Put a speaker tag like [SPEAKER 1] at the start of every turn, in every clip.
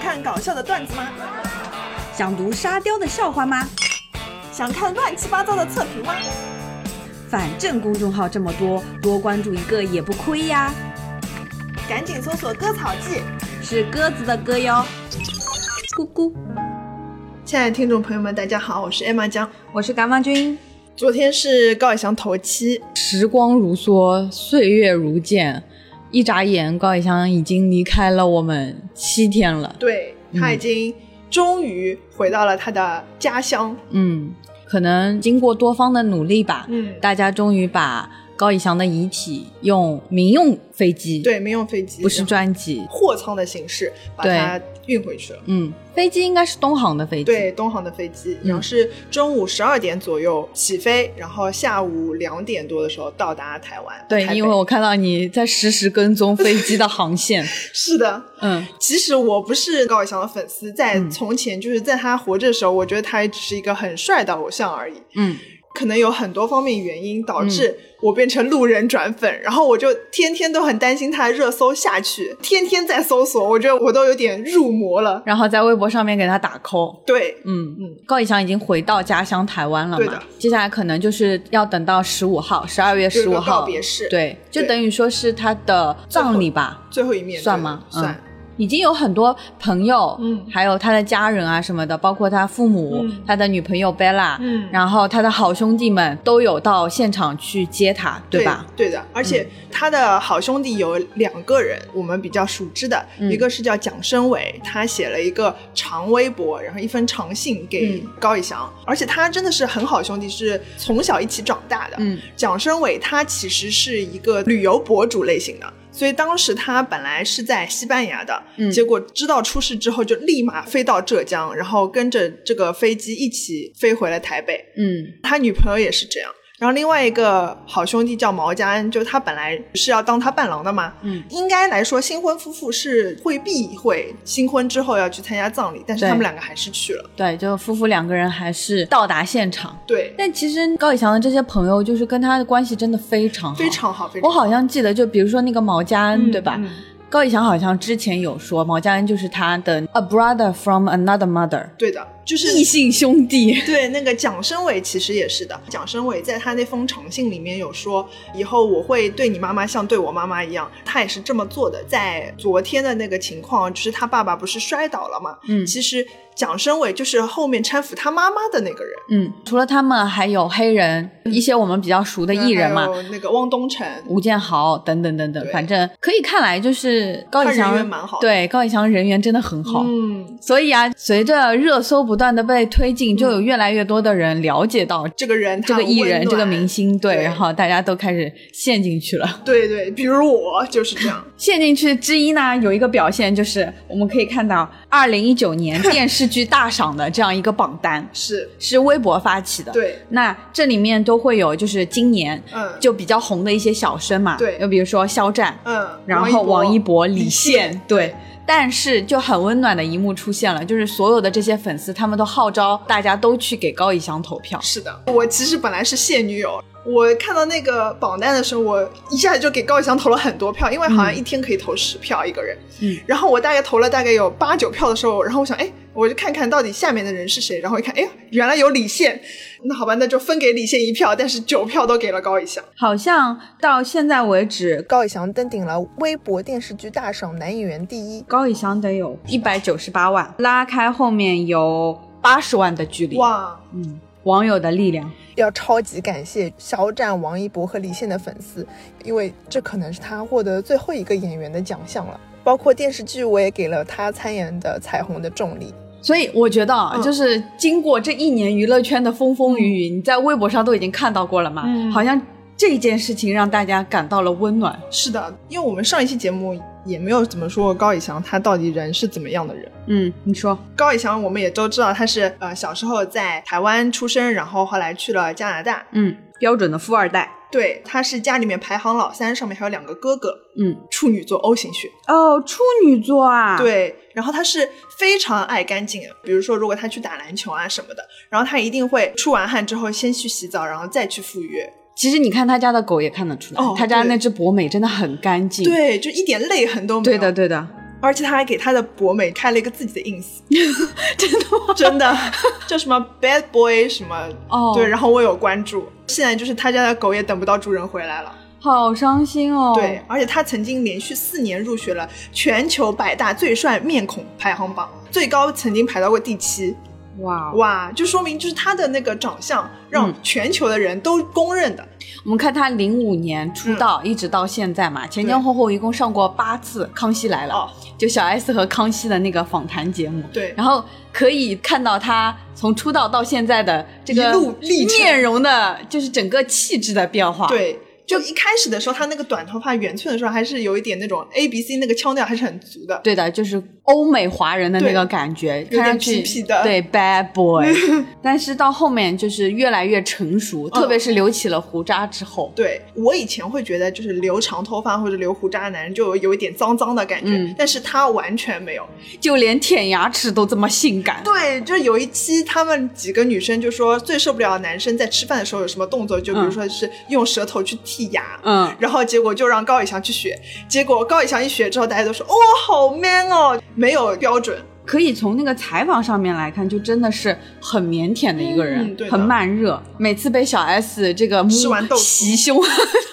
[SPEAKER 1] 看搞笑的段子吗？
[SPEAKER 2] 想读沙雕的笑话吗？
[SPEAKER 1] 想看乱七八糟的测评吗？
[SPEAKER 2] 反正公众号这么多，多关注一个也不亏呀。
[SPEAKER 1] 赶紧搜索“割草记
[SPEAKER 2] 是鸽子的歌哟，咕咕。”。
[SPEAKER 3] 亲爱的听众朋友们，大家好，我是艾玛江。
[SPEAKER 2] 我是干妈君，
[SPEAKER 3] 昨天是高以翔头七，
[SPEAKER 4] 时光如梭，岁月如箭，一眨眼，高以翔已经离开了我们七天了。
[SPEAKER 3] 对
[SPEAKER 4] 嗯
[SPEAKER 3] 他已经终于回到了他的家乡。
[SPEAKER 4] 嗯，可能经过多方的努力吧，
[SPEAKER 3] 嗯
[SPEAKER 4] 大家终于把高以翔的遗体用民用飞机，，
[SPEAKER 3] 对，民用飞机
[SPEAKER 4] 不是
[SPEAKER 3] 然后
[SPEAKER 4] 专机，
[SPEAKER 3] 货舱的形式把
[SPEAKER 4] 对
[SPEAKER 3] 它运回去了。
[SPEAKER 4] 嗯，飞机应该是东航的飞机，
[SPEAKER 3] 对，东航的飞机，
[SPEAKER 4] 嗯
[SPEAKER 3] 然后是中午十二点左右起飞，然后下午两点多的时候到达台湾。
[SPEAKER 4] 对，
[SPEAKER 3] 台北
[SPEAKER 4] 因为我看到你在实时跟踪飞机的 航线，
[SPEAKER 3] 是的，
[SPEAKER 4] 嗯，
[SPEAKER 3] 其实我不是高以翔的粉丝，在
[SPEAKER 4] 嗯
[SPEAKER 3] 从前就是在他活着的时候，我觉得他只是一个很帅的偶像而已。
[SPEAKER 4] 嗯，
[SPEAKER 3] 可能有很多方面原因导致我变成路人转粉，然后我就天天都很担心他的热搜下去，天天在搜索，我觉得我都有点入魔了。
[SPEAKER 4] 然后在微博上面给他打 call，
[SPEAKER 3] 对，
[SPEAKER 4] 嗯
[SPEAKER 3] 嗯，
[SPEAKER 4] 高以翔已经回到家乡台湾了
[SPEAKER 3] 对
[SPEAKER 4] 嘛
[SPEAKER 3] 的？
[SPEAKER 4] 接下来可能就是要等到十五号，十二月
[SPEAKER 3] 有一
[SPEAKER 4] 十
[SPEAKER 3] 个
[SPEAKER 4] 五
[SPEAKER 3] 告
[SPEAKER 4] 号，
[SPEAKER 3] 别式
[SPEAKER 4] 对，就
[SPEAKER 3] 对
[SPEAKER 4] 等于说是他的葬礼吧，
[SPEAKER 3] 最后一面
[SPEAKER 4] 算
[SPEAKER 3] 对
[SPEAKER 4] 吗嗯
[SPEAKER 3] 算。
[SPEAKER 4] 已经有很多朋友，
[SPEAKER 3] 嗯
[SPEAKER 4] 还有他的家人啊什么的，包括他父母、
[SPEAKER 3] 嗯
[SPEAKER 4] 他的女朋友贝拉，
[SPEAKER 3] 嗯
[SPEAKER 4] 然后他的好兄弟们都有到现场去接他，
[SPEAKER 3] 对
[SPEAKER 4] 吧？？嗯
[SPEAKER 3] 对的，而且他的好兄弟有两个人，我们比较熟知的，
[SPEAKER 4] 嗯
[SPEAKER 3] 一个是叫蒋申伟，他写了一个长微博，然后一封长信给
[SPEAKER 4] 嗯
[SPEAKER 3] 高以翔，而且他真的是很好兄弟，是从小一起长大的。
[SPEAKER 4] 嗯
[SPEAKER 3] 蒋申伟他其实是一个旅游博主类型的。所以当时他本来是在西班牙的，
[SPEAKER 4] 嗯
[SPEAKER 3] 结果知道出事之后就立马飞到浙江，然后跟着这个飞机一起飞回了台北。
[SPEAKER 4] 嗯
[SPEAKER 3] 他女朋友也是这样。然后另外一个好兄弟叫毛家恩，就他本来是要当他伴郎的嘛。
[SPEAKER 4] 嗯，
[SPEAKER 3] 应该来说，新婚夫妇是会避讳新婚之后要去参加葬礼，但是
[SPEAKER 4] 对
[SPEAKER 3] 他们两个还是去了。
[SPEAKER 4] 对，就夫妇两个人还是到达现场。
[SPEAKER 3] 对，
[SPEAKER 4] 但其实高以翔的这些朋友，就是跟他的关系真的非常好，
[SPEAKER 3] 非常好，非常
[SPEAKER 4] 我好像记得，就比如说那个毛家恩，
[SPEAKER 3] 嗯
[SPEAKER 4] 对吧？
[SPEAKER 3] 嗯
[SPEAKER 4] 高以翔好像之前有说，毛家恩就是他的 a brother from another mother，
[SPEAKER 3] 对的，就是
[SPEAKER 4] 异性兄弟。
[SPEAKER 3] 对，那个蒋申伟其实也是的。蒋申伟在他那封长信里面有说，以后我会对你妈妈像对我妈妈一样，他也是这么做的。在昨天的那个情况，就是他爸爸不是摔倒了嘛？
[SPEAKER 4] 嗯
[SPEAKER 3] 其实蒋申伟就是后面搀扶他妈妈的那个人，
[SPEAKER 4] 嗯，除了他们，还有黑人，一些我们比较熟的艺人嘛，
[SPEAKER 3] 还有那个汪东城，
[SPEAKER 4] 吴建豪等等等等，
[SPEAKER 3] 对
[SPEAKER 4] 反正可以看来就是高以
[SPEAKER 3] 他人
[SPEAKER 4] 翔
[SPEAKER 3] 缘蛮好的
[SPEAKER 4] 对高以翔人缘真的很好。
[SPEAKER 3] 嗯，
[SPEAKER 4] 所以啊，随着热搜不断的被推进，就有越来越多的人了解到
[SPEAKER 3] 这个人
[SPEAKER 4] 这
[SPEAKER 3] 他
[SPEAKER 4] 个
[SPEAKER 3] 很
[SPEAKER 4] 艺人、
[SPEAKER 3] 温
[SPEAKER 4] 这个
[SPEAKER 3] 暖
[SPEAKER 4] 明，星，对
[SPEAKER 3] 对
[SPEAKER 4] 然后大家都开始陷进去了。
[SPEAKER 3] 对对，比如我就是这样，
[SPEAKER 4] 陷进去之一呢，有一个表现就是我们可以看到，二零一九年电视剧大赏的这样一个榜单
[SPEAKER 3] 是
[SPEAKER 4] 是微博发起的。，
[SPEAKER 3] 对，
[SPEAKER 4] 那这里面都会有就是今年
[SPEAKER 3] 嗯，
[SPEAKER 4] 就比较红的一些小生嘛，
[SPEAKER 3] 对
[SPEAKER 4] 就比如说肖战，
[SPEAKER 3] 嗯，
[SPEAKER 4] 然后王
[SPEAKER 3] 一
[SPEAKER 4] 一博、李
[SPEAKER 3] 李
[SPEAKER 4] 现
[SPEAKER 3] 现，
[SPEAKER 4] 对。但是就很温暖的一幕出现了，就是所有的这些粉丝，他们都号召大家都去给高以翔投票。
[SPEAKER 3] 是的，我其实本来是现女友。我看到那个榜单的时候，我一下子就给高以翔投了很多票，因为好像
[SPEAKER 4] 嗯
[SPEAKER 3] 一天可以投十票一个人。
[SPEAKER 4] 嗯，
[SPEAKER 3] 然后我大概投了大概有八九票的时候，然后我想，哎，我就看看到底下面的人是谁。然后一看，哎，原来有李现，那好吧，那就分给李现一票，但是九票都给了高以翔。
[SPEAKER 4] 好像到现在为止，
[SPEAKER 5] 高以翔登顶了微博电视剧大赏男演员第一。
[SPEAKER 4] 高以翔得有一百九十八万，拉开后面有八十万的距离。，
[SPEAKER 3] 哇，
[SPEAKER 4] 嗯，网友的力量，
[SPEAKER 5] 要超级感谢肖战、王一博和李现的粉丝，因为这可能是他获得最后一个演员的奖项了。包括电视剧，我也给了他参演的《彩虹》的重力。
[SPEAKER 4] 所以我觉得啊，
[SPEAKER 3] 嗯
[SPEAKER 4] 就是经过这一年娱乐圈的风风雨雨，你在微博上都已经看到过了嘛，
[SPEAKER 3] 嗯
[SPEAKER 4] 好像这件事情让大家感到了温暖。
[SPEAKER 3] 是的，因为我们上一期节目也没有怎么说过高以翔他到底人是怎么样的人。
[SPEAKER 4] 嗯，你说，
[SPEAKER 3] 高以翔我们也都知道他是呃小时候在台湾出生，然后后来去了加拿大，
[SPEAKER 4] 嗯，标准的富二代，
[SPEAKER 3] 对，他是家里面排行老三，上面还有两个哥哥，
[SPEAKER 4] 嗯，
[SPEAKER 3] 处女座 O 型血，
[SPEAKER 4] 哦，处女座啊，，
[SPEAKER 3] 对。然后他是非常爱干净的，比如说如果他去打篮球啊什么的，然后他一定会出完汗之后先去洗澡，然后再去赴约，
[SPEAKER 4] 其实你看他家的狗也看得出来，
[SPEAKER 3] 哦
[SPEAKER 4] 他家
[SPEAKER 3] 对
[SPEAKER 4] 那只博美真的很干净，
[SPEAKER 3] 嗯对，就一点泪痕都没有。
[SPEAKER 4] 对的，对的，
[SPEAKER 3] 而且他还给他的博美开了一个自己的 ins，真的吗？真的叫什么 bad boy 什么
[SPEAKER 4] 哦
[SPEAKER 3] 对，然后我有关注。现在就是他家的狗也等不到主人回来了，
[SPEAKER 4] 好伤心哦。
[SPEAKER 3] 对，，而且他曾经连续四年入选了全球百大最帅面孔排行榜，最高曾经排到过第七，
[SPEAKER 4] 哇，哦
[SPEAKER 3] 哇，就说明就是他的那个长相让
[SPEAKER 4] 嗯
[SPEAKER 3] 全球的人都公认的，
[SPEAKER 4] 我们看他零五年出道、一直到现在嘛，前前后后一共上过八次《康熙来了》
[SPEAKER 3] 哦
[SPEAKER 4] 就小 S 和康熙的那个访谈节目。
[SPEAKER 3] 对，
[SPEAKER 4] 然后可以看到他从出道到现在的这个
[SPEAKER 3] 一路历程
[SPEAKER 4] 面容的，就是整个气质的变化。，
[SPEAKER 3] 对，就一开始的时候，他那个短头发圆寸的时候，还是有一点那种 A B C 那个腔调还是很足的。
[SPEAKER 4] 对的，就是欧美华人的那个感觉，
[SPEAKER 3] 对
[SPEAKER 4] 看上去
[SPEAKER 3] 有点痞痞的
[SPEAKER 4] 对 bad boy。但是到后面就是越来越成熟，
[SPEAKER 3] 嗯
[SPEAKER 4] 特别是留起了胡渣之后，
[SPEAKER 3] 对我以前会觉得，就是留长头发或者留胡渣的男人就有有一点脏脏的感觉，
[SPEAKER 4] 嗯
[SPEAKER 3] 但是他完全没有。
[SPEAKER 4] 就连舔牙齿都这么性感。
[SPEAKER 3] 对，就是有一期他们几个女生就说最受不了男生在吃饭的时候有什么动作，就比如
[SPEAKER 4] 嗯
[SPEAKER 3] 说是用舌头去剔牙，
[SPEAKER 4] 嗯，
[SPEAKER 3] 然后结果就让高以翔去学，结果高以翔一学之后，大家都说哦好 man 哦，没有标准，
[SPEAKER 4] 可以从那个采访上面来看，就真的是很腼腆的一个人，
[SPEAKER 3] 嗯对的
[SPEAKER 4] 很慢热。每次被小 S 这个
[SPEAKER 3] 吃完豆腐
[SPEAKER 4] 袭胸，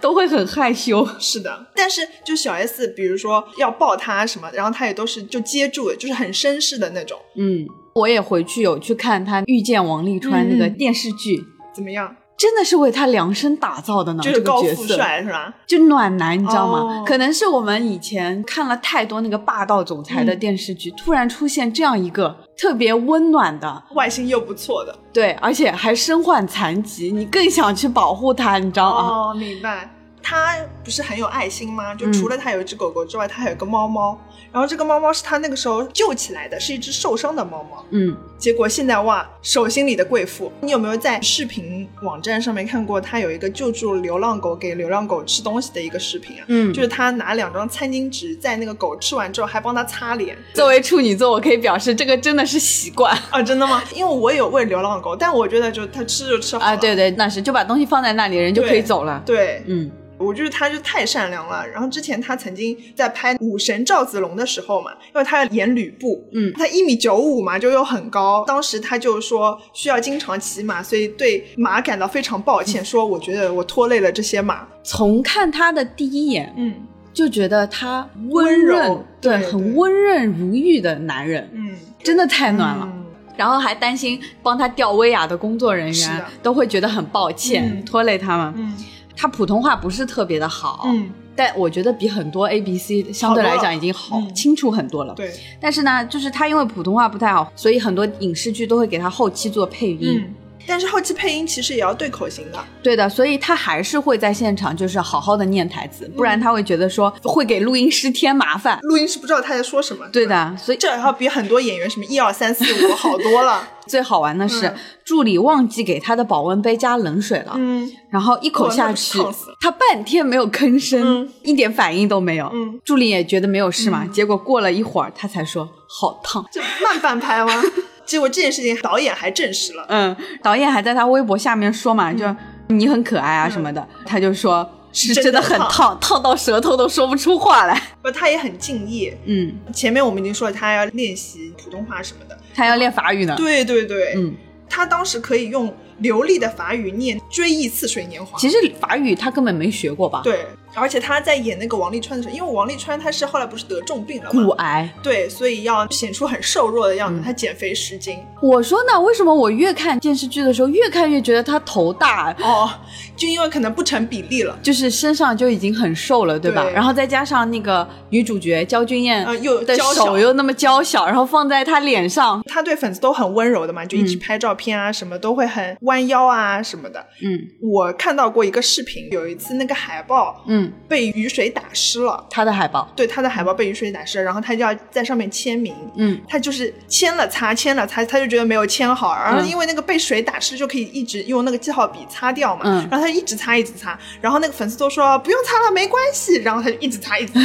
[SPEAKER 4] 都会很害羞。
[SPEAKER 3] 是的，但是就小 S，比如说要抱他什么，然后他也都是就接住的，就是很绅士的那种。
[SPEAKER 4] 嗯，我也回去有去看他遇见王沥川
[SPEAKER 3] 嗯
[SPEAKER 4] 那个电视剧。
[SPEAKER 3] 怎么样？
[SPEAKER 4] 真的是为他量身打造的呢，
[SPEAKER 3] 就是高
[SPEAKER 4] 啊这个
[SPEAKER 3] 富
[SPEAKER 4] 角色，
[SPEAKER 3] 帅是吧？
[SPEAKER 4] 就暖男，你知道吗？
[SPEAKER 3] 哦
[SPEAKER 4] 可能是我们以前看了太多那个霸道总裁的
[SPEAKER 3] 嗯
[SPEAKER 4] 电视剧，突然出现这样一个特别温暖的，
[SPEAKER 3] 外形又不错的。
[SPEAKER 4] 对，而且还身患残疾，你更想去保护他，你知道吗？
[SPEAKER 3] 哦，明白。他不是很有爱心吗？就
[SPEAKER 4] 嗯
[SPEAKER 3] 除了他有一只狗狗之外，他还有一个猫猫。然后这个猫猫是他那个时候救起来的，是一只受伤的猫猫。
[SPEAKER 4] 嗯，
[SPEAKER 3] 结果现在哇，手心里的贵妇。你有没有在视频网站上面看过他有一个救助流浪狗给流浪狗吃东西的一个视频啊？
[SPEAKER 4] 嗯
[SPEAKER 3] 就是他拿两张餐巾纸在那个狗吃完之后还帮它擦脸
[SPEAKER 4] 作为处女座，我可以表示这个真的是习 惯
[SPEAKER 3] 啊，真的吗？因为我有喂流浪狗，但我觉得就它吃就吃好了
[SPEAKER 4] 啊。对对，那是就把东西放在那里，人就可以走了。
[SPEAKER 3] 对，
[SPEAKER 4] 嗯
[SPEAKER 3] 我觉得他就太善良了。然后之前他曾经在拍《武神赵子龙》的时候嘛，因为他要演吕布，
[SPEAKER 4] 嗯
[SPEAKER 3] 他一米九五嘛，就又很高。当时他就说需要经常骑马，所以对马感到非常抱歉，说我觉得我拖累了这些马。
[SPEAKER 4] 从看他的第一眼
[SPEAKER 3] 嗯
[SPEAKER 4] 就觉得他温
[SPEAKER 3] 温柔
[SPEAKER 4] 润，对，
[SPEAKER 3] 对
[SPEAKER 4] 很
[SPEAKER 3] 对
[SPEAKER 4] 温润如玉的男人，
[SPEAKER 3] 嗯，
[SPEAKER 4] 真的太暖了。
[SPEAKER 3] 嗯
[SPEAKER 4] 然后还担心帮他吊威亚的工作人
[SPEAKER 3] 是
[SPEAKER 4] 员
[SPEAKER 3] 的
[SPEAKER 4] 都会觉得很抱歉，
[SPEAKER 3] 嗯
[SPEAKER 4] 拖累他们。
[SPEAKER 3] 嗯
[SPEAKER 4] 他普通话不是特别的好，
[SPEAKER 3] 嗯，
[SPEAKER 4] 但我觉得比很多 A B C 相对来讲已经好
[SPEAKER 3] 好多了嗯
[SPEAKER 4] 清楚很多了。
[SPEAKER 3] 对，
[SPEAKER 4] 但是呢，就是他因为普通话不太好，所以很多影视剧都会给他后期做配音。
[SPEAKER 3] 嗯。但是后期配音其实也要对口型的，
[SPEAKER 4] 对的，所以他还是会在现场就是好好的念台词，不
[SPEAKER 3] 嗯
[SPEAKER 4] 然他会觉得说会给录音师添麻烦。
[SPEAKER 3] 录音师不知道他在说什么。
[SPEAKER 4] 对
[SPEAKER 3] 是吧，
[SPEAKER 4] 的，所以
[SPEAKER 3] 这要比很多演员什么一二三四五好多 了。
[SPEAKER 4] 最好玩的是、
[SPEAKER 3] 嗯
[SPEAKER 4] 助理忘记给他的保温杯加冷水了，
[SPEAKER 3] 嗯，
[SPEAKER 4] 然后一口下去
[SPEAKER 3] 哇那不是烫死了，
[SPEAKER 4] 他半天没有吭声，
[SPEAKER 3] 嗯
[SPEAKER 4] 一点反应都没有。
[SPEAKER 3] 嗯
[SPEAKER 4] 助理也觉得没有事嘛，
[SPEAKER 3] 嗯
[SPEAKER 4] 结果过了一会儿，他才说好烫。
[SPEAKER 3] 这慢半拍吗？ 结果这件事情导演还证实了，
[SPEAKER 4] 嗯，导演还在他微博下面说嘛，
[SPEAKER 3] 嗯
[SPEAKER 4] 就你很可爱啊什么的，他就说是
[SPEAKER 3] 真的
[SPEAKER 4] 真的很
[SPEAKER 3] 烫
[SPEAKER 4] 烫，烫到舌头都说不出话来。
[SPEAKER 3] 不，他也很敬业。
[SPEAKER 4] 嗯，
[SPEAKER 3] 前面我们已经说了，他要练习普通话什么的。
[SPEAKER 4] 他要练法语呢。，
[SPEAKER 3] 对对对，
[SPEAKER 4] 嗯，
[SPEAKER 3] 他当时可以用流利的法语念《追忆似水年华》。
[SPEAKER 4] 其实法语他根本没学过吧？，
[SPEAKER 3] 对，而且他在演那个王沥川的时候，因为王沥川他是后来不是得重病了
[SPEAKER 4] 骨
[SPEAKER 3] 嘛，
[SPEAKER 4] 癌。
[SPEAKER 3] 对，所以要显出很瘦弱的样子，
[SPEAKER 4] 啊嗯
[SPEAKER 3] 他减肥十斤。
[SPEAKER 4] 我说呢，为什么我越看电视剧的时候，越看越觉得他头大，
[SPEAKER 3] 哦，就因为可能不成比例了，
[SPEAKER 4] 就是身上就已经很瘦了，对吧？
[SPEAKER 3] 对
[SPEAKER 4] 然后再加上那个女主角焦俊艳
[SPEAKER 3] 呃，又
[SPEAKER 4] 的
[SPEAKER 3] 娇小
[SPEAKER 4] 手又那么娇小，然后放在她脸上，
[SPEAKER 3] 他对粉丝都很温柔的嘛，就一直
[SPEAKER 4] 嗯
[SPEAKER 3] 拍照片啊，什么都会很弯腰啊什么的。
[SPEAKER 4] 嗯
[SPEAKER 3] 我看到过一个视频，有一次那个海报
[SPEAKER 4] 嗯，
[SPEAKER 3] 被雨水打湿了，
[SPEAKER 4] 她的海报，
[SPEAKER 3] 对，他的海报被雨水打湿了，然后他就要在上面签名。
[SPEAKER 4] 嗯，
[SPEAKER 3] 他就是签了擦，签了擦，他就觉得没有签好，然后
[SPEAKER 4] 嗯
[SPEAKER 3] 因为那个被水打湿就可以一直用那个记号笔擦掉嘛，
[SPEAKER 4] 嗯
[SPEAKER 3] 然后他就一直擦一直擦，然后那个粉丝都说不用擦了，没关系，然后他就一直擦一直 擦，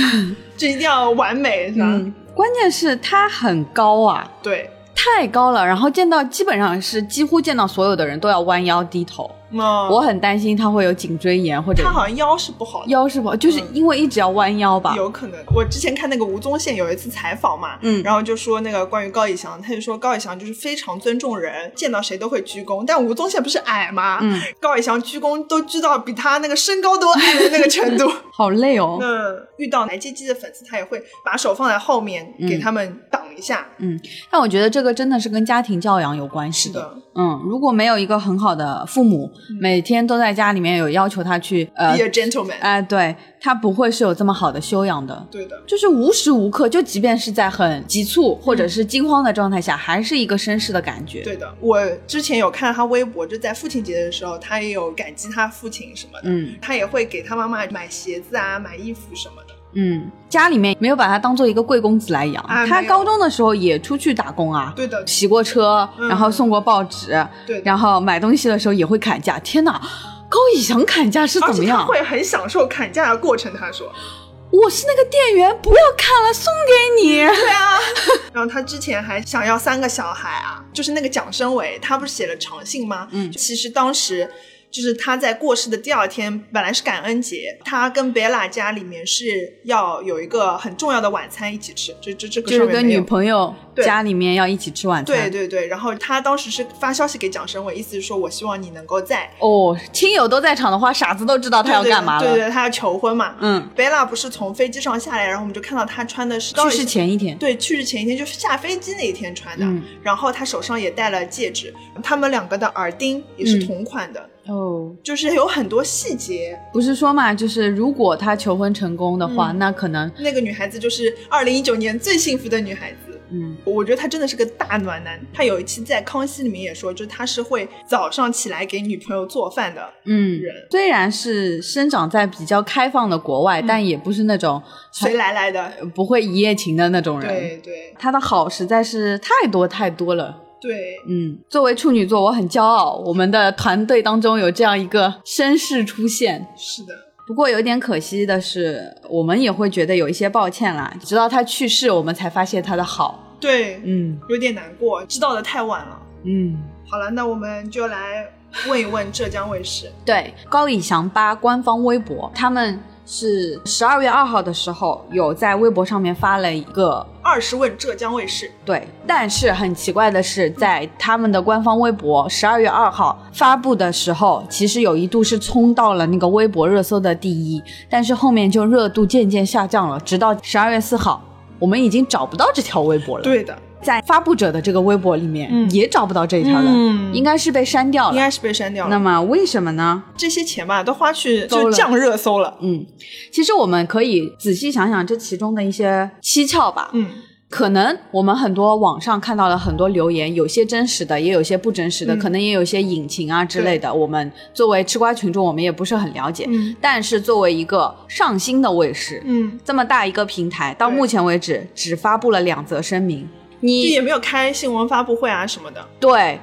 [SPEAKER 3] 就一定要完美，是吧？
[SPEAKER 4] 嗯，关键是她很高啊，
[SPEAKER 3] 对，
[SPEAKER 4] 太高了，然后见到基本上是几乎见到所有的人都要弯腰低头，
[SPEAKER 3] 那
[SPEAKER 4] 我很担心他会有颈椎炎或者
[SPEAKER 3] 他嗯好嗯像腰是不好的，
[SPEAKER 4] 腰是不好，就是因为一直要弯腰吧。
[SPEAKER 3] 有可能。我之前看那个吴宗宪有一次采访嘛，
[SPEAKER 2] 嗯
[SPEAKER 3] 然后就说那个关于高以翔，他就说高以翔就是非常尊重人，见到谁都会鞠躬。但吴宗宪不是矮吗？
[SPEAKER 4] 嗯，
[SPEAKER 3] 高以翔鞠躬都鞠到比他那个身高都矮的那个程 度。
[SPEAKER 4] 好累哦。
[SPEAKER 3] 那遇到来接机的粉丝，他也会把手放在后面
[SPEAKER 4] 嗯
[SPEAKER 3] 给他们挡一下。
[SPEAKER 4] 但我觉得这个真的是跟家庭教养有关系
[SPEAKER 3] 是的，
[SPEAKER 4] 嗯，如果没有一个很好的父母，
[SPEAKER 3] 嗯
[SPEAKER 4] 每天都在家里面有要求他去呃
[SPEAKER 3] b e，a gentleman，、
[SPEAKER 4] 哎、对他不会是有这么好的修养的。
[SPEAKER 3] 对的，
[SPEAKER 4] 就是无时无刻，就即便是在很急促或者是惊慌的状态下，还是一个绅士的感觉。
[SPEAKER 3] 对的。我之前有看他微博，就在父亲节的时候，他也有感激他父亲什么的。
[SPEAKER 4] 嗯
[SPEAKER 3] 他也会给他妈妈买鞋子啊，买衣服什么的。
[SPEAKER 4] 嗯，家里面没有把他当做一个贵公子来养。
[SPEAKER 3] 啊
[SPEAKER 4] 他
[SPEAKER 3] 没有
[SPEAKER 4] 高中的时候也出去打工啊，
[SPEAKER 3] 对的，
[SPEAKER 4] 洗过车，
[SPEAKER 3] 嗯
[SPEAKER 4] 然后送过报纸，
[SPEAKER 3] 对的。
[SPEAKER 4] 然后买东西的时候也会砍价。天哪，高以翔砍价是
[SPEAKER 3] 而
[SPEAKER 4] 怎
[SPEAKER 3] 且
[SPEAKER 4] 么
[SPEAKER 3] 他
[SPEAKER 4] 样？
[SPEAKER 3] 会很享受砍价的过程，他说。
[SPEAKER 4] 我是那个店员，不要砍了，送给 你。
[SPEAKER 3] 然后他之前还想要三个小孩啊，就是那个蒋申伟，他不是写了长信吗？
[SPEAKER 4] 嗯
[SPEAKER 3] 其实当时。就是他在过世的第二天，本来是感恩节，他跟贝拉家里面是要有一个很重要的晚餐一起吃，这这这个
[SPEAKER 4] 就是
[SPEAKER 3] 上面
[SPEAKER 4] 跟
[SPEAKER 3] 没
[SPEAKER 4] 女
[SPEAKER 3] 有
[SPEAKER 4] 朋友
[SPEAKER 3] 对
[SPEAKER 4] 家里面要一起吃晚餐。
[SPEAKER 3] 对对对，然后他当时是发消息给蒋申伟，意思是说我希望你能够在
[SPEAKER 4] 哦，亲友都在场的话，傻子都知道他要干嘛了。
[SPEAKER 3] 对对对，他要求婚嘛。
[SPEAKER 4] 嗯，
[SPEAKER 3] 贝拉不是从飞机上下来，然后我们就看到他穿的是
[SPEAKER 4] 去世前一天。
[SPEAKER 3] 对，去世前一天就是下飞机那一天穿的，
[SPEAKER 4] 嗯
[SPEAKER 3] 然后他手上也戴了戒指，他们两个的耳钉也是
[SPEAKER 4] 嗯
[SPEAKER 3] 同款的，
[SPEAKER 4] 哦，
[SPEAKER 3] 就是有很多细节。
[SPEAKER 4] 不是说嘛，就是如果他求婚成功的话，
[SPEAKER 3] 嗯
[SPEAKER 4] 那可能
[SPEAKER 3] 那个女孩子就是二零一九年最幸福的女孩子。
[SPEAKER 4] 嗯
[SPEAKER 3] 我觉得他真的是个大暖男。他有一期在《康熙》里面也说，就是他是会早上起来给女朋友做饭的。
[SPEAKER 4] 嗯
[SPEAKER 3] 人，
[SPEAKER 4] 虽然是生长在比较开放的国外，但也不是那种呃
[SPEAKER 3] 谁来来的？
[SPEAKER 4] 不会一夜情的那种人。
[SPEAKER 3] 对对
[SPEAKER 4] 他的好实在是太多太多了。
[SPEAKER 3] 对，
[SPEAKER 4] 嗯，作为处女座，我很骄傲，我们的团队当中有这样一个绅士出现。
[SPEAKER 3] 是的，
[SPEAKER 4] 不过有点可惜的是，我们也会觉得有一些抱歉啦。直到他去世，我们才发现他的好。
[SPEAKER 3] 对，
[SPEAKER 4] 嗯
[SPEAKER 3] 有点难过，知道的太晚了。
[SPEAKER 4] 嗯，
[SPEAKER 3] 好了，那我们就来问一问浙江卫视。
[SPEAKER 4] 对，高以翔吧官方微博，他们是十二月二号的时候有在微博上面发了一个。
[SPEAKER 3] 二十问浙江卫视，
[SPEAKER 4] 对，但是很奇怪的是，在他们的官方微博十二月二号发布的时候，其实有一度是冲到了那个微博热搜的第一，但是后面就热度渐渐下降了，直到十二月四号，我们已经找不到这条微博了。
[SPEAKER 3] 对的，
[SPEAKER 4] 在发布者的这个微博里面、
[SPEAKER 3] 嗯
[SPEAKER 4] 也找不到这一条了，
[SPEAKER 3] 嗯
[SPEAKER 4] 应该是被删掉
[SPEAKER 3] 应
[SPEAKER 4] 了。
[SPEAKER 3] 该是被删掉
[SPEAKER 4] 那
[SPEAKER 3] 了。
[SPEAKER 4] 么为什么呢？
[SPEAKER 3] 这些钱吧，都花去
[SPEAKER 4] 搜
[SPEAKER 3] 就
[SPEAKER 4] 了
[SPEAKER 3] 降热搜了。
[SPEAKER 4] 嗯，其实我们可以仔细想想这其中的一些蹊跷吧。
[SPEAKER 3] 嗯，
[SPEAKER 4] 可能我们很多网上看到了很多留言，有些真实的，也有些不真实的，
[SPEAKER 3] 嗯
[SPEAKER 4] 可能也有些隐情啊之类的。我们作为吃瓜群众，我们也不是很了解。
[SPEAKER 3] 嗯
[SPEAKER 4] 但是作为一个上新的卫视，
[SPEAKER 3] 嗯，
[SPEAKER 4] 这么大一个平台，到
[SPEAKER 3] 对
[SPEAKER 4] 目前为止只发布了两则声明。你
[SPEAKER 3] 就也没有开新闻发布会啊什么的。
[SPEAKER 4] 对，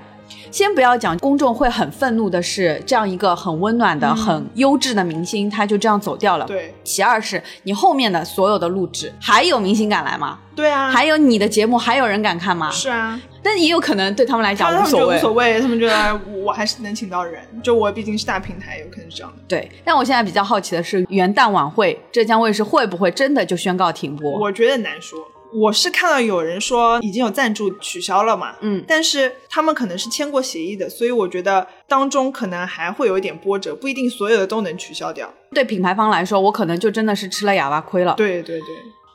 [SPEAKER 4] 先不要讲公众会很愤怒的是，这样一个很温暖的、
[SPEAKER 3] 嗯
[SPEAKER 4] 很优质的明星，他就这样走掉了。
[SPEAKER 3] 对
[SPEAKER 4] 其二是你后面的所有的录制，还有明星敢来吗？
[SPEAKER 3] 对啊，
[SPEAKER 4] 还有你的节目，还有人敢看吗？
[SPEAKER 3] 是啊，
[SPEAKER 4] 但也有可能对他们来
[SPEAKER 3] 他
[SPEAKER 4] 讲
[SPEAKER 3] 们
[SPEAKER 4] 无
[SPEAKER 3] 觉
[SPEAKER 4] 所
[SPEAKER 3] 得无
[SPEAKER 4] 谓。
[SPEAKER 3] 所谓，他们觉得哎我我还是能请到人，就我毕竟是大平台，有可能是这样的。
[SPEAKER 4] 对，但我现在比较好奇的是，元旦晚会浙江卫视会不会真的就宣告停播？
[SPEAKER 3] 我觉得难说。我是看到有人说已经有赞助取消了嘛，
[SPEAKER 4] 嗯
[SPEAKER 3] 但是他们可能是签过协议的，所以我觉得当中可能还会有一点波折，不一定所有的都能取消掉。
[SPEAKER 4] 对品牌方来说，我可能就真的是吃了哑巴亏了。
[SPEAKER 3] 对对对，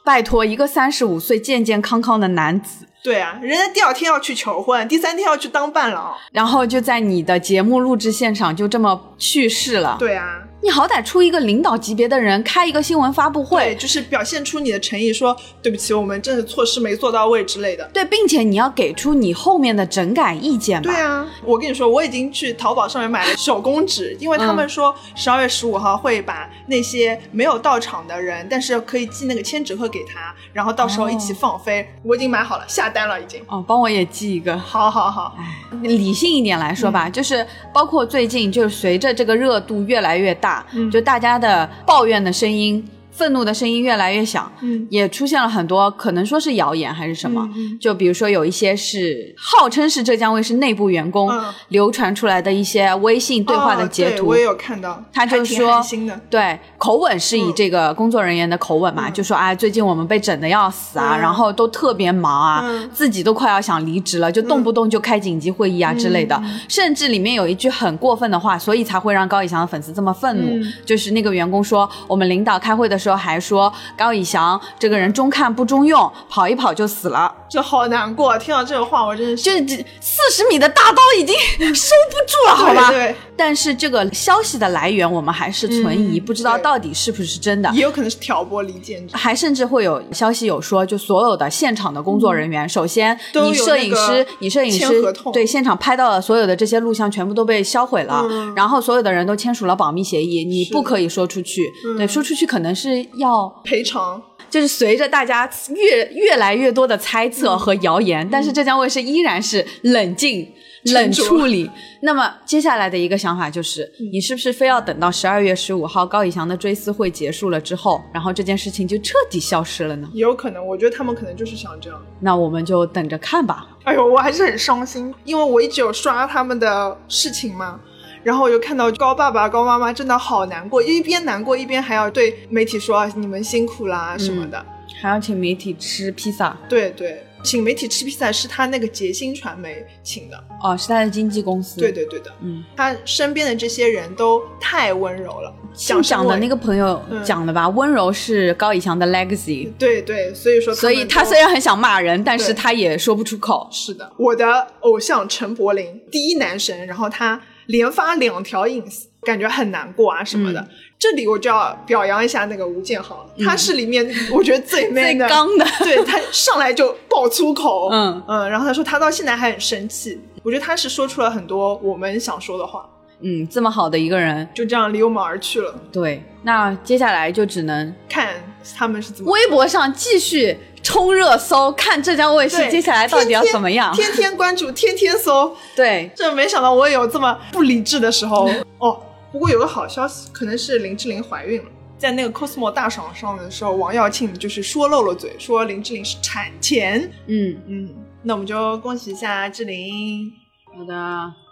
[SPEAKER 4] 拜托，一个三十五岁健健康康的男子，
[SPEAKER 3] 对啊，人家第二天要去求婚，第三天要去当伴郎。
[SPEAKER 4] 然后就在你的节目录制现场就这么去世了。
[SPEAKER 3] 对啊，
[SPEAKER 4] 你好歹出一个领导级别的人开一个新闻发布
[SPEAKER 3] 对，
[SPEAKER 4] 会，
[SPEAKER 3] 就是表现出你的诚意，说对不起，我们真的措施没做到位之类的。
[SPEAKER 4] 对并且你要给出你后面的整改意见吧。
[SPEAKER 3] 对啊，我跟你说，我已经去淘宝上面买了手工纸，因为他们说十二月十五号会把那些没有到场的人，但是可以寄那个千纸鹤给他，然后到时候一起放飞。我已经买好了，下单了已经。
[SPEAKER 4] 哦，帮我也记一个。
[SPEAKER 3] 嗯好好好，
[SPEAKER 4] 理性一点来说
[SPEAKER 3] 嗯
[SPEAKER 4] 吧，就是包括最近，就是随着这个热度越来越大，
[SPEAKER 3] 嗯
[SPEAKER 4] 就大家的抱怨的声音愤怒的声音越来越响，
[SPEAKER 3] 嗯
[SPEAKER 4] 也出现了很多可能说是谣言还是什么，
[SPEAKER 3] 嗯
[SPEAKER 4] 就比如说有一些是号称是浙江卫视内部员工、
[SPEAKER 3] 嗯
[SPEAKER 4] 流传出来的一些微信对话的截
[SPEAKER 3] 哦对
[SPEAKER 4] 图，
[SPEAKER 3] 我也有看到，
[SPEAKER 4] 他就
[SPEAKER 3] 还挺
[SPEAKER 4] 说
[SPEAKER 3] 寒心的，
[SPEAKER 4] 对，口吻是以这个工作人员的口吻嘛，
[SPEAKER 3] 嗯
[SPEAKER 4] 就说啊，最近我们被整的要死啊，
[SPEAKER 3] 嗯
[SPEAKER 4] 然后都特别忙啊，
[SPEAKER 3] 嗯
[SPEAKER 4] 自己都快要想离职了，就动不动就开紧急会议啊
[SPEAKER 3] 嗯
[SPEAKER 4] 之类的。甚至里面有一句很过分的话，所以才会让高以翔的粉丝这么愤怒。
[SPEAKER 3] 嗯
[SPEAKER 4] 就是那个员工说，我们领导开会的时候还说高以翔这个人中看不中用，跑一跑就死了。
[SPEAKER 3] 就好难过。听到这个话，我真的是
[SPEAKER 4] 就是这四十米的大刀已经收不住了，好吧？
[SPEAKER 3] 对对
[SPEAKER 4] 但是这个消息的来源我们还是存疑，
[SPEAKER 3] 嗯
[SPEAKER 4] 不知道
[SPEAKER 3] 对
[SPEAKER 4] 到底是不是真的。
[SPEAKER 3] 也有可能是挑拨离间。
[SPEAKER 4] 还甚至会有消息有说，就所有的现场的工作人员，首先
[SPEAKER 3] 嗯都
[SPEAKER 4] 你
[SPEAKER 3] 有
[SPEAKER 4] 摄
[SPEAKER 3] 那
[SPEAKER 4] 影
[SPEAKER 3] 个
[SPEAKER 4] 师，你摄影
[SPEAKER 3] 签
[SPEAKER 4] 师
[SPEAKER 3] 合同
[SPEAKER 4] 对现场拍到的所有的这些录像全部都被销毁了，
[SPEAKER 3] 嗯
[SPEAKER 4] 然后所有的人都签署了保密协议，你
[SPEAKER 3] 是
[SPEAKER 4] 不可以说出去，
[SPEAKER 3] 嗯
[SPEAKER 4] 对，说出去可能是要
[SPEAKER 3] 赔偿，
[SPEAKER 4] 就是随着大家越越来越多的猜测和谣言，但是浙江卫视依然是冷静。
[SPEAKER 3] 沉着
[SPEAKER 4] 冷处理。那么接下来的一个想法就是，你是不是非要等到十二月十五号高以翔的追思会结束了之后，然后这件事情就彻底消失了呢？
[SPEAKER 3] 也有可能，我觉得他们可能就是想这样。
[SPEAKER 4] 那我们就等着看吧。
[SPEAKER 3] 哎呦，我还是很伤心，因为我一直有刷他们的事情嘛，然后我就看到高爸爸、高妈妈真的好难过，一边难过一边还要对媒体说啊你们辛苦啦什么的。
[SPEAKER 4] 还要请媒体吃披萨
[SPEAKER 3] 对对，请媒体吃披萨是他那个捷星传媒请的，
[SPEAKER 4] 哦，是他的经纪公司。
[SPEAKER 3] 对，对对的。
[SPEAKER 4] 嗯，
[SPEAKER 3] 他身边的这些人都太温柔了，
[SPEAKER 4] 姓蒋的那
[SPEAKER 3] 个。
[SPEAKER 4] 个朋友
[SPEAKER 3] 嗯
[SPEAKER 4] 讲的吧，温柔是高以翔的 legacy，
[SPEAKER 3] 对对，所以说们
[SPEAKER 4] 所以他
[SPEAKER 3] 都
[SPEAKER 4] 虽然很想骂人，但
[SPEAKER 3] 对
[SPEAKER 4] 是他也说不出口。
[SPEAKER 3] 是的，我的偶像陈柏霖，第一男神，然后他连发两条 ins，感觉很难过啊什么的。
[SPEAKER 4] 嗯
[SPEAKER 3] 这里我就要表扬一下那个吴建豪，他是里面我觉得最
[SPEAKER 4] 最
[SPEAKER 3] man 的，
[SPEAKER 4] 刚的，
[SPEAKER 3] 对他上来就爆粗口，
[SPEAKER 4] 嗯
[SPEAKER 3] 然后他说他到现在还很生气，我觉得他是说出了很多我们想说的话，
[SPEAKER 4] 嗯，这么好的一个人，
[SPEAKER 3] 就这样离我们而去了。
[SPEAKER 4] 对，那接下来就只能
[SPEAKER 3] 看他们是怎么
[SPEAKER 4] 微博上继续冲热搜，看浙江卫视
[SPEAKER 3] 对
[SPEAKER 4] 接下来到底要怎么样。
[SPEAKER 3] 天天关注，天天搜，
[SPEAKER 4] 对，
[SPEAKER 3] 这没想到我也有这么不理智的时候哦。不过有个好消息，可能是林志玲怀孕了。在那个 Cosmo 大赏上的时候，王耀庆就是说漏了嘴，说林志玲是产前。
[SPEAKER 4] 嗯，
[SPEAKER 3] 嗯，那我们就恭喜一下志玲。
[SPEAKER 4] 好的，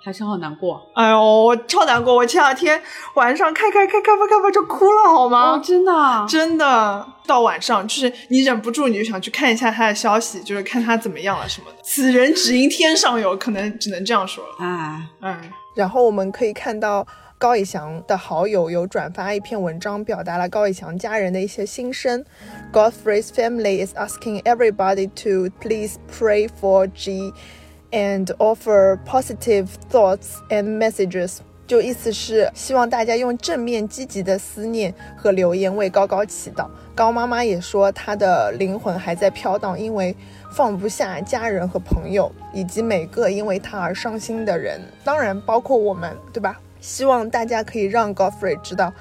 [SPEAKER 4] 还是好难过。
[SPEAKER 3] 哎呦，我超难过！我前两天晚上看看看看吧看吧就哭了，好吗？
[SPEAKER 4] 真的啊，
[SPEAKER 3] 哦真的，到晚上就是你忍不住，你就想去看一下她的消息，就是看她怎么样了什么的。此人只应天上有，可能只能这样说了。
[SPEAKER 2] 啊
[SPEAKER 4] 哎，
[SPEAKER 3] 嗯，
[SPEAKER 5] 然后我们可以看到高以翔的好友有转发一篇文章，表达了高以翔家人的一些心声。Godfrey's family is asking everybody to please pray for G and offer positive thoughts and messages。就意思是希望大家用正面积极的思念和留言为高高祈祷。高妈妈也说她的灵魂还在飘荡，因为放不下家人和朋友，以及每个因为他而伤心的人，当然包括我们， 对吧？希望大家可以让 Godfrey 知道，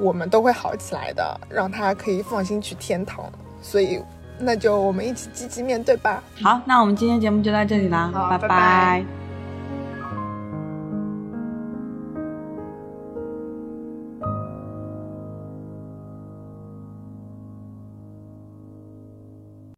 [SPEAKER 5] 我们都会好起来的，让他可以放心去天堂。所以，那就我们一起积极面对吧。
[SPEAKER 4] 好，那我们今天节目就到这里啦，
[SPEAKER 3] 好拜
[SPEAKER 4] 拜
[SPEAKER 3] 拜